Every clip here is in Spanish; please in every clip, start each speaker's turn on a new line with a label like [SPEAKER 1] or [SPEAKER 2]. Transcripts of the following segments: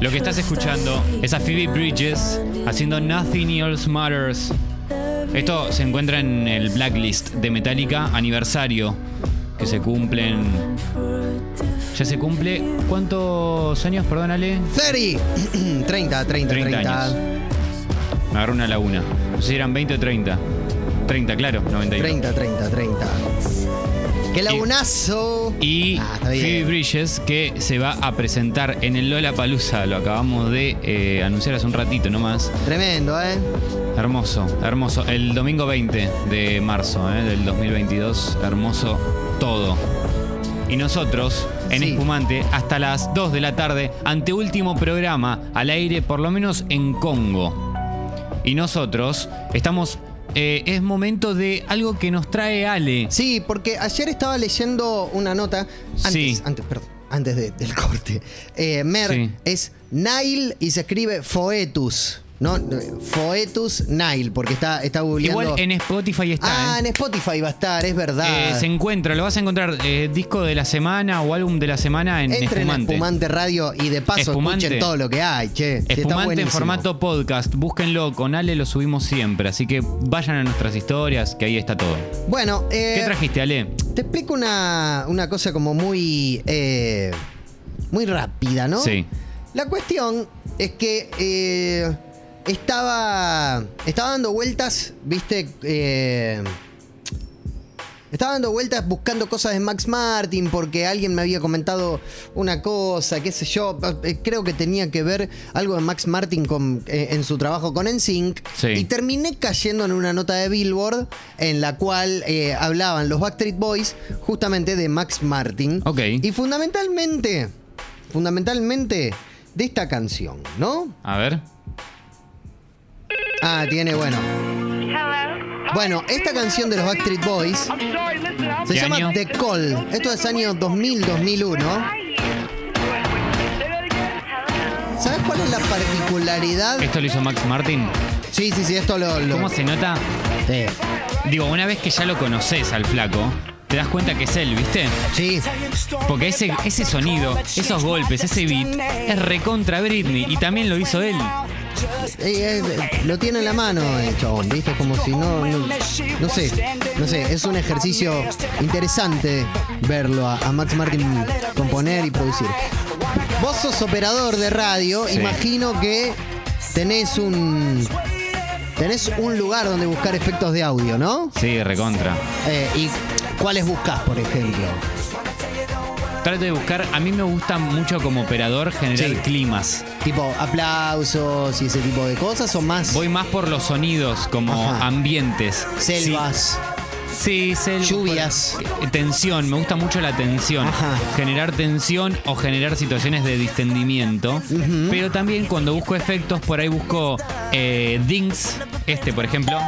[SPEAKER 1] Lo que estás escuchando es a Phoebe Bridges haciendo Nothing Else Matters. Esto se encuentra en el blacklist de Metallica aniversario que se cumplen. Ya se cumple. ¿Cuántos años? Perdón, Ale.
[SPEAKER 2] 30, 30, 30,
[SPEAKER 1] 30
[SPEAKER 2] 30.
[SPEAKER 1] años. Me agarró una laguna. No sé si eran 20 o 30. 30, claro, 91.
[SPEAKER 2] 30, 30, 30. ¡Qué lagunazo!
[SPEAKER 1] Y
[SPEAKER 2] Ah, está bien.
[SPEAKER 1] Phoebe Bridges que se va a presentar en el Lola Palusa. Lo acabamos de eh, anunciar hace un ratito nomás.
[SPEAKER 2] Tremendo, ¿eh?
[SPEAKER 1] Hermoso, hermoso. El domingo 20 de marzo eh, del 2022. Hermoso todo. Y nosotros, en
[SPEAKER 2] Sí.
[SPEAKER 1] Espumante, hasta las 2 de la tarde, anteúltimo programa al aire, por lo menos en Congo. Y nosotros estamos. eh, es momento de algo que nos trae Ale.
[SPEAKER 2] Sí, porque ayer estaba leyendo una nota. Antes,
[SPEAKER 1] Sí.
[SPEAKER 2] antes, perdón, antes de- del corte. Eh, Mer
[SPEAKER 1] Sí.
[SPEAKER 2] es Nile y se escribe Foetus. No, Foetus Nile, porque está, está googleando.
[SPEAKER 1] Igual en Spotify está.
[SPEAKER 2] ah,
[SPEAKER 1] eh.
[SPEAKER 2] en Spotify va a estar, es verdad.
[SPEAKER 1] Eh, se encuentra, lo vas a encontrar eh, disco de la semana o álbum de la semana en
[SPEAKER 2] Entren a
[SPEAKER 1] Espumante.
[SPEAKER 2] Espumante Radio y de paso
[SPEAKER 1] Espumante.
[SPEAKER 2] escuchen todo lo que hay, che. Sí, está
[SPEAKER 1] Espumante en
[SPEAKER 2] buenísimo.
[SPEAKER 1] formato podcast, búsquenlo, con Ale lo subimos siempre, así que vayan a nuestras historias, que ahí está todo.
[SPEAKER 2] Bueno, eh,
[SPEAKER 1] ¿Qué trajiste, Ale?
[SPEAKER 2] Te explico una, una cosa como muy. eh, muy rápida, ¿no?
[SPEAKER 1] Sí.
[SPEAKER 2] La cuestión es que. eh, estaba. Estaba dando vueltas, viste. Eh, estaba dando vueltas buscando cosas de Max Martin porque alguien me había comentado una cosa, qué sé yo. Eh, Creo que tenía que ver algo de Max Martin con, eh, en su trabajo con NSYNC.
[SPEAKER 1] Sí.
[SPEAKER 2] Y terminé cayendo en una nota de Billboard en la cual eh, hablaban los Backstreet Boys justamente de Max Martin.
[SPEAKER 1] Ok.
[SPEAKER 2] Y fundamentalmente, fundamentalmente de esta canción, ¿no?
[SPEAKER 1] A ver.
[SPEAKER 2] Ah, tiene, bueno. Bueno, esta canción de los Backstreet Boys se
[SPEAKER 1] ¿Qué
[SPEAKER 2] llama
[SPEAKER 1] año?
[SPEAKER 2] The Call. Esto es año 2000-2001. ¿Sabes cuál es la particularidad?
[SPEAKER 1] ¿Esto lo hizo Max Martin?
[SPEAKER 2] Sí, sí, sí, esto lo... eh, lo-
[SPEAKER 1] Este. ¿Cómo se nota?
[SPEAKER 2] Sí.
[SPEAKER 1] Digo, una vez que ya lo conoces al flaco, te das cuenta que es él, ¿viste?
[SPEAKER 2] Sí.
[SPEAKER 1] Porque ese, ese sonido, esos golpes, ese beat, es recontra Britney y también lo hizo él.
[SPEAKER 2] Eh, eh, lo tiene en la mano eh, el chabón, ¿viste? Es Como si no, no. no sé, no sé. Es un ejercicio interesante verlo a, a Max Martin componer y producir. Vos sos operador de radio,
[SPEAKER 1] Sí.
[SPEAKER 2] imagino que tenés un. Tenés un lugar donde buscar efectos de audio, ¿no?
[SPEAKER 1] Sí, recontra.
[SPEAKER 2] Eh, ¿Y cuáles buscás, por ejemplo?
[SPEAKER 1] Trato de buscar, a mí me gusta mucho como operador generar
[SPEAKER 2] Sí.
[SPEAKER 1] climas.
[SPEAKER 2] ¿Tipo aplausos y ese tipo de cosas o más?
[SPEAKER 1] Voy más por los sonidos, como
[SPEAKER 2] Ajá.
[SPEAKER 1] ambientes.
[SPEAKER 2] Selvas.
[SPEAKER 1] Sí, sí selvas.
[SPEAKER 2] Lluvias.
[SPEAKER 1] Eh, Tensión, me gusta mucho la tensión.
[SPEAKER 2] Ajá.
[SPEAKER 1] Generar tensión o generar situaciones de distendimiento. Pero también cuando busco efectos, por ahí busco eh, dings. Este, por ejemplo.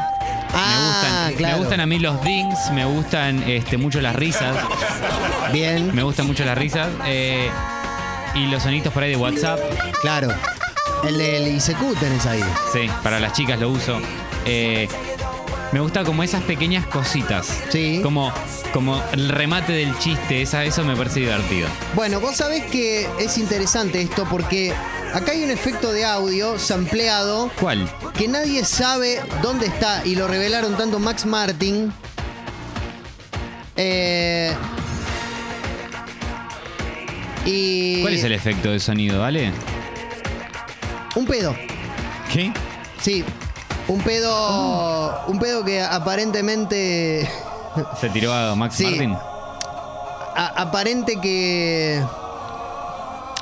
[SPEAKER 2] Ah,
[SPEAKER 1] me, gustan,
[SPEAKER 2] claro.
[SPEAKER 1] me gustan a mí los dings, me gustan este, mucho las risas.
[SPEAKER 2] Bien.
[SPEAKER 1] Me gustan mucho las risas. eh, y los sonitos por ahí de WhatsApp.
[SPEAKER 2] Claro. El del ICQ tenés ahí.
[SPEAKER 1] Sí, para las chicas lo uso. Eh, me gusta como esas pequeñas cositas.
[SPEAKER 2] Sí.
[SPEAKER 1] Como, como el remate del chiste, esa, eso me parece divertido.
[SPEAKER 2] Bueno, vos sabés que es interesante esto porque acá hay un efecto de audio sampleado
[SPEAKER 1] ¿Cuál?
[SPEAKER 2] que nadie sabe dónde está y lo revelaron tanto Max Martin. Eh, y
[SPEAKER 1] ¿Cuál es el efecto de sonido, vale?
[SPEAKER 2] Un pedo,
[SPEAKER 1] ¿Qué?
[SPEAKER 2] sí. Un pedo.
[SPEAKER 1] Oh.
[SPEAKER 2] Un pedo que aparentemente.
[SPEAKER 1] ¿Se tiró a Max
[SPEAKER 2] Sí.
[SPEAKER 1] Martin?
[SPEAKER 2] a- aparente que.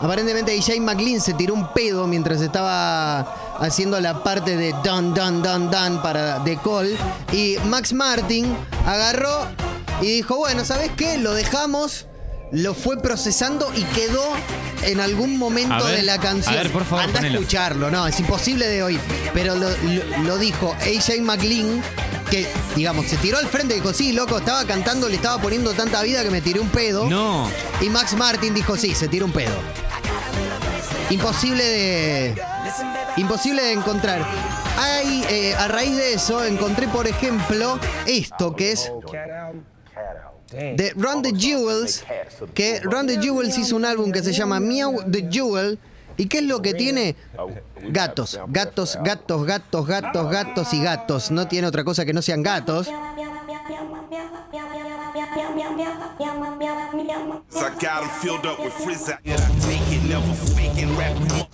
[SPEAKER 2] Aparentemente DJ McLean se tiró un pedo mientras estaba haciendo la parte de Dun Dun Dun Dun para The Call. Y Max Martin agarró y dijo, bueno, ¿sabes qué? Lo dejamos, lo fue procesando y quedó en algún
[SPEAKER 1] A
[SPEAKER 2] momento
[SPEAKER 1] ver,
[SPEAKER 2] de
[SPEAKER 1] a
[SPEAKER 2] la canción.
[SPEAKER 1] ver, por favor,
[SPEAKER 2] Andá a
[SPEAKER 1] ponelo.
[SPEAKER 2] escucharlo, no, es imposible de oír. Pero lo, lo- lo dijo AJ McLean, que, digamos, se tiró al frente y dijo, sí, loco, estaba cantando, le estaba poniendo tanta vida que me tiré un pedo.
[SPEAKER 1] No.
[SPEAKER 2] Y Max Martin dijo, sí, se tiró un pedo. Imposible de. Imposible de encontrar. Hay, eh, a raíz de eso, encontré, por ejemplo, esto que es de Run the Jewels, que Run the Jewels hizo un álbum que se llama Meow the Jewel, ¿Y qué es lo que tiene? Gatos, gatos, gatos, gatos, gatos, gatos y gatos. No tiene otra cosa que no sean gatos.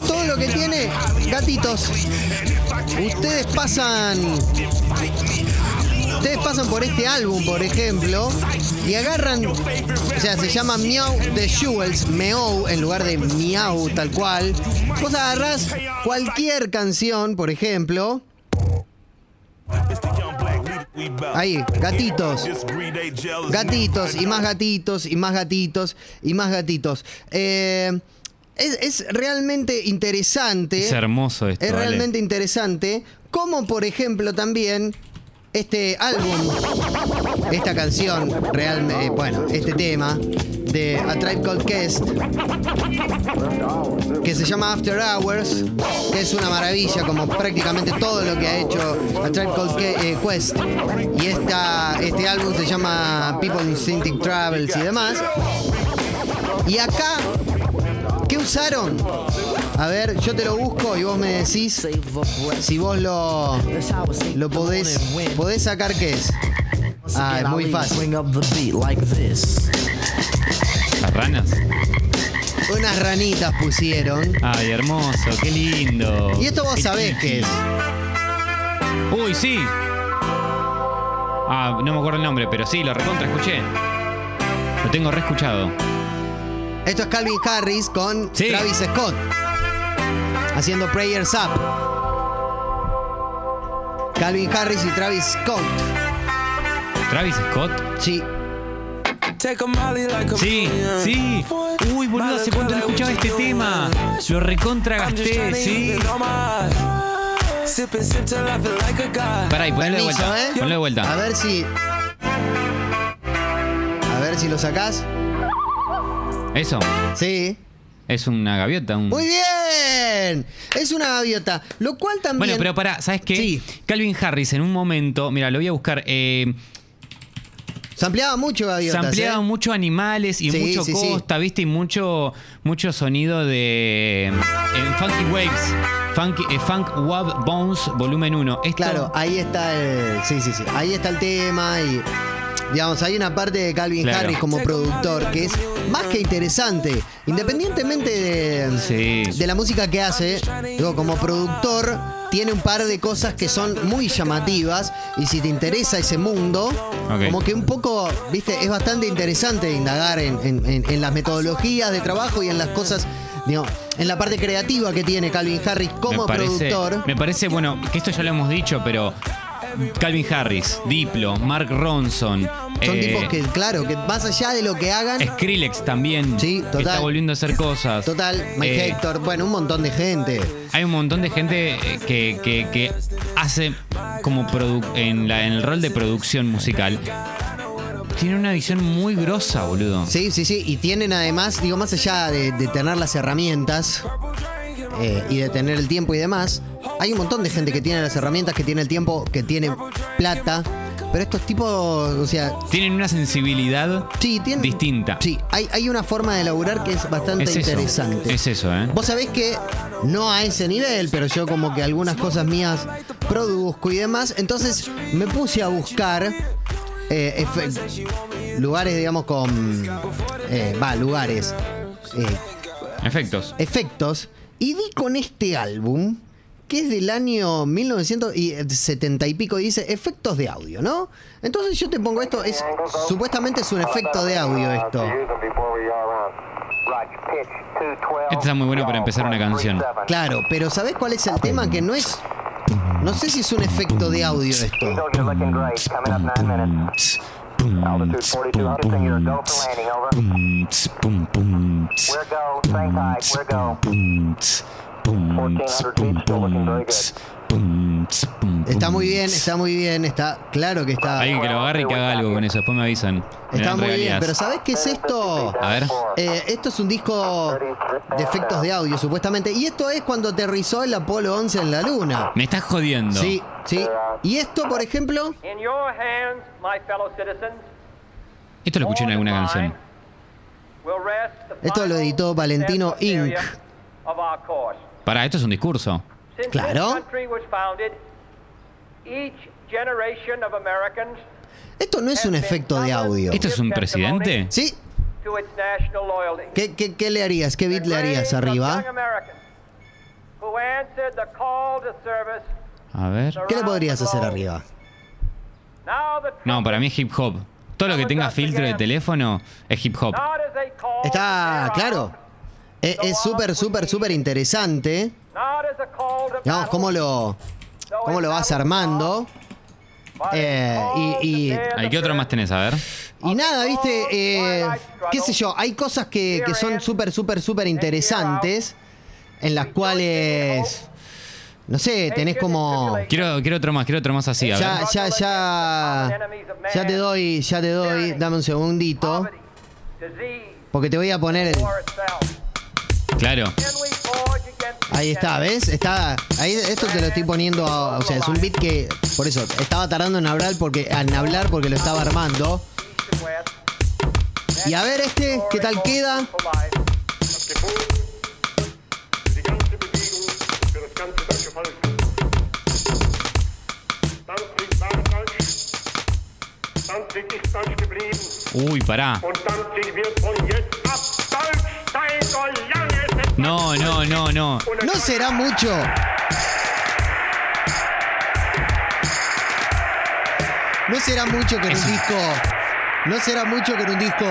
[SPEAKER 2] Todo lo que tiene, gatitos. Ustedes pasan Ustedes pasan por este álbum, por ejemplo, y agarran, o sea, se llama Meow de Jewels, Meow en lugar de Miau tal cual. Vos agarrás cualquier canción, por ejemplo. Ahí, gatitos. Gatitos y más gatitos y más gatitos y más gatitos. Eh, es, es realmente interesante.
[SPEAKER 1] Es hermoso esto.
[SPEAKER 2] Es
[SPEAKER 1] Ale.
[SPEAKER 2] realmente interesante. Como por ejemplo también este álbum, esta canción, realmente, bueno, este tema de A Tribe Called Quest, que se llama After Hours, que es una maravilla como prácticamente todo lo que ha hecho A Tribe Called Que- eh, Quest. Y esta, este álbum se llama People Instinctive Travels y demás. Y acá, ¿qué usaron? A ver, yo te lo busco y vos me decís si vos lo, lo podés, podés sacar qué es. Ah, es muy fácil.
[SPEAKER 1] ¿Las ranas?
[SPEAKER 2] Unas ranitas pusieron.
[SPEAKER 1] Ay, hermoso, qué lindo.
[SPEAKER 2] Y esto vos
[SPEAKER 1] Qué
[SPEAKER 2] sabés
[SPEAKER 1] chiqui.
[SPEAKER 2] qué es.
[SPEAKER 1] Uy, sí. Ah, no me acuerdo el nombre, pero sí, lo recontra escuché. Lo tengo re escuchado.
[SPEAKER 2] Esto es Calvin Harris con
[SPEAKER 1] Sí.
[SPEAKER 2] Travis Scott. Haciendo Prayers Up. Calvin Harris y Travis Scott.
[SPEAKER 1] Travis Scott.
[SPEAKER 2] Sí.
[SPEAKER 1] Sí, sí. Uy, boludo, hace cuánto no escuchaba este tema. Lo recontra gasté, sí. Pará, y ponelo de
[SPEAKER 2] Permiso,
[SPEAKER 1] vuelta.
[SPEAKER 2] ¿eh?
[SPEAKER 1] Ponelo de
[SPEAKER 2] A
[SPEAKER 1] vuelta.
[SPEAKER 2] ver si. A ver si lo sacás.
[SPEAKER 1] Eso.
[SPEAKER 2] Sí.
[SPEAKER 1] Es una gaviota. Un...
[SPEAKER 2] Muy bien. Es una gaviota. Lo cual también.
[SPEAKER 1] Bueno, pero pará, ¿sabes qué?
[SPEAKER 2] Sí.
[SPEAKER 1] Calvin Harris en un momento, mira, lo voy a buscar. Eh,
[SPEAKER 2] Se ampliaba mucho
[SPEAKER 1] se
[SPEAKER 2] gaviotas.
[SPEAKER 1] ampliaba
[SPEAKER 2] ¿eh?
[SPEAKER 1] mucho animales y
[SPEAKER 2] Sí,
[SPEAKER 1] mucho
[SPEAKER 2] sí, sí.
[SPEAKER 1] costa, ¿viste? Y mucho, mucho sonido de. en Funky Waves. Funky, eh, funk Wab Bones, volumen 1. Esto,
[SPEAKER 2] Claro, ahí está el. Sí, sí, sí. Ahí está el tema y. Digamos, hay una parte de Calvin
[SPEAKER 1] Claro.
[SPEAKER 2] Harris como productor que es más que interesante. Independientemente de,
[SPEAKER 1] Sí.
[SPEAKER 2] de la música que hace, digo, como productor tiene un par de cosas que son muy llamativas y si te interesa ese mundo,
[SPEAKER 1] Ok.
[SPEAKER 2] como que un poco, viste, es bastante interesante indagar en, en- en- en las metodologías de trabajo y en las cosas, digo, en la parte creativa que tiene Calvin Harris como
[SPEAKER 1] me parece,
[SPEAKER 2] productor.
[SPEAKER 1] Me parece, bueno, que esto ya lo hemos dicho, pero. Calvin Harris, Diplo, Mark Ronson.
[SPEAKER 2] Son
[SPEAKER 1] eh,
[SPEAKER 2] tipos que, claro, que más allá de lo que hagan,
[SPEAKER 1] Skrillex también.
[SPEAKER 2] Sí,
[SPEAKER 1] Que está
[SPEAKER 2] total.
[SPEAKER 1] volviendo a hacer cosas.
[SPEAKER 2] total, Mike
[SPEAKER 1] Eh,
[SPEAKER 2] Hector, bueno, un montón de gente.
[SPEAKER 1] Hay un montón de gente eh, que, que- que hace como produ- en, la- en el rol de producción musical. Tiene una visión muy grosa, boludo.
[SPEAKER 2] Sí, sí, sí, y tienen además, digo, más allá de, de tener las herramientas eh, y de tener el tiempo y demás, hay un montón de gente que tiene las herramientas, que tiene el tiempo, que tiene plata, pero estos tipos, o sea,
[SPEAKER 1] Tienen una sensibilidad
[SPEAKER 2] sí, tienen...
[SPEAKER 1] distinta.
[SPEAKER 2] Sí, hay, hay una forma de laburar que es bastante
[SPEAKER 1] es eso.
[SPEAKER 2] interesante.
[SPEAKER 1] Es eso, ¿eh?
[SPEAKER 2] Vos sabés que no a ese nivel, pero yo como que algunas cosas mías produzco y demás. Entonces me puse a buscar eh, efe- lugares, digamos, con... eh, Va, lugares. eh,
[SPEAKER 1] Efectos.
[SPEAKER 2] efectos. Y di con este álbum, que es del año 1970 y pico, y dice efectos de audio, ¿no? Entonces yo te pongo esto, es supuestamente es un efecto de audio esto.
[SPEAKER 3] Este está muy bueno para empezar una canción.
[SPEAKER 2] Claro, pero ¿sabés cuál es el tema? Que no es. No sé si es un efecto de audio esto.
[SPEAKER 4] Pum, ts, pum, pum, ts, pum, ts, pum, ts, pum, pum, ts, pum, ts, pum,
[SPEAKER 2] Está
[SPEAKER 4] pum,
[SPEAKER 2] muy bien,
[SPEAKER 4] ts.
[SPEAKER 2] está muy bien, está. Claro que está.
[SPEAKER 1] Alguien que lo agarre y que haga algo con eso. Después me avisan. Me
[SPEAKER 2] Está
[SPEAKER 1] dan
[SPEAKER 2] muy bien,
[SPEAKER 1] regalías.
[SPEAKER 2] pero ¿sabés qué es esto?
[SPEAKER 1] A ver.
[SPEAKER 2] Eh, esto es un disco de efectos de audio, supuestamente. Y esto es cuando aterrizó el Apolo 11 en la Luna.
[SPEAKER 1] Me estás jodiendo.
[SPEAKER 2] Sí, sí. Y esto, por ejemplo,
[SPEAKER 5] In your hands, my fellow citizens,
[SPEAKER 1] Esto lo escuché en alguna canción.
[SPEAKER 5] will rest the
[SPEAKER 2] esto lo
[SPEAKER 5] final
[SPEAKER 2] editó Valentino
[SPEAKER 5] steps of
[SPEAKER 2] Inc.
[SPEAKER 5] Syria of our course.
[SPEAKER 1] Para, esto es un discurso.
[SPEAKER 5] Since
[SPEAKER 2] Claro.
[SPEAKER 5] this country was founded, each generation of Americans
[SPEAKER 2] Esto no es un efecto de audio.
[SPEAKER 1] ¿Esto es un presidente?
[SPEAKER 2] ¿Sí?
[SPEAKER 5] to its national loyalty.
[SPEAKER 2] ¿Qué, qué, qué le harías? ¿Qué beat le harías arriba?
[SPEAKER 1] A ver.
[SPEAKER 2] ¿Qué le podrías hacer arriba?
[SPEAKER 1] No, para mí es hip hop. Todo lo que tenga filtro de teléfono es hip hop.
[SPEAKER 2] Está claro. Es Eh, es súper, súper, súper interesante. Digamos, cómo lo, cómo lo vas armando. Eh, y- y-
[SPEAKER 1] Ay, ¿Qué otro más tenés? A ver.
[SPEAKER 2] Y nada, viste, eh, qué sé yo, hay cosas que, que son súper, súper, súper interesantes, en las cuales, no sé, tenés como...
[SPEAKER 1] Quiero, quiero otro más, quiero otro más así. A
[SPEAKER 2] Ya,
[SPEAKER 1] ver.
[SPEAKER 2] ya, ya... Ya te doy, ya te doy, dame un segundito, porque te voy a poner el...
[SPEAKER 1] Claro.
[SPEAKER 2] Ahí está, ¿ves? Está. Ahí esto te lo estoy poniendo. a- o sea, es un beat que. Por eso, estaba tardando en hablar porque. En hablar porque lo estaba armando. Y a ver este, ¿qué tal queda?
[SPEAKER 1] Uy, pará. No, no, no, no.
[SPEAKER 2] No será mucho. No será mucho que en
[SPEAKER 1] Es
[SPEAKER 2] un
[SPEAKER 1] un-
[SPEAKER 2] disco. No será mucho que en un disco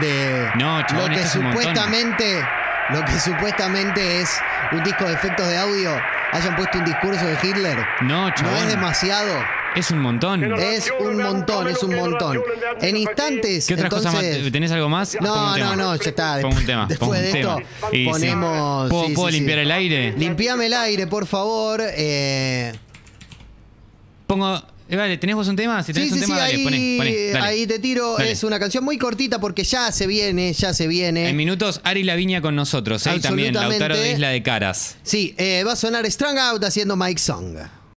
[SPEAKER 2] de.
[SPEAKER 1] No, chabón,
[SPEAKER 2] Lo que
[SPEAKER 1] esto es un montón.
[SPEAKER 2] supuestamente. Lo que supuestamente es un disco de efectos de audio. Hayan puesto un discurso de Hitler.
[SPEAKER 1] No,
[SPEAKER 2] No es
[SPEAKER 1] chabón.
[SPEAKER 2] demasiado.
[SPEAKER 1] Es un montón.
[SPEAKER 2] Es un montón, es un montón. En instantes,
[SPEAKER 1] ¿Qué otras cosas
[SPEAKER 2] entonces-
[SPEAKER 1] más? ¿Tenés algo más? Pongo
[SPEAKER 2] No,
[SPEAKER 1] un tema.
[SPEAKER 2] no, no, ya está.
[SPEAKER 1] Pongo un tema. pongo
[SPEAKER 2] Después
[SPEAKER 1] un
[SPEAKER 2] de
[SPEAKER 1] tema.
[SPEAKER 2] esto,
[SPEAKER 1] Y sí.
[SPEAKER 2] ponemos.
[SPEAKER 1] ¿Puedo,
[SPEAKER 2] sí,
[SPEAKER 1] puedo
[SPEAKER 2] sí, sí.
[SPEAKER 1] limpiar el aire?
[SPEAKER 2] Limpiame el aire, por favor. eh,
[SPEAKER 1] Pongo. eh, vale, ¿tenés vos un tema? Si tenés
[SPEAKER 2] Sí,
[SPEAKER 1] un
[SPEAKER 2] sí, sí,
[SPEAKER 1] tema, dale,
[SPEAKER 2] ahí,
[SPEAKER 1] poné, poné, dale.
[SPEAKER 2] ahí te tiro.
[SPEAKER 1] Dale.
[SPEAKER 2] Es una canción muy cortita porque ya se viene, ya se
[SPEAKER 1] En
[SPEAKER 2] viene.
[SPEAKER 1] minutos, Ari Laviña con nosotros, ¿eh? Y también
[SPEAKER 2] Absolutamente.
[SPEAKER 1] Lautaro de Isla de Caras.
[SPEAKER 2] Sí, eh, va a sonar Strung Out haciendo Mike Song.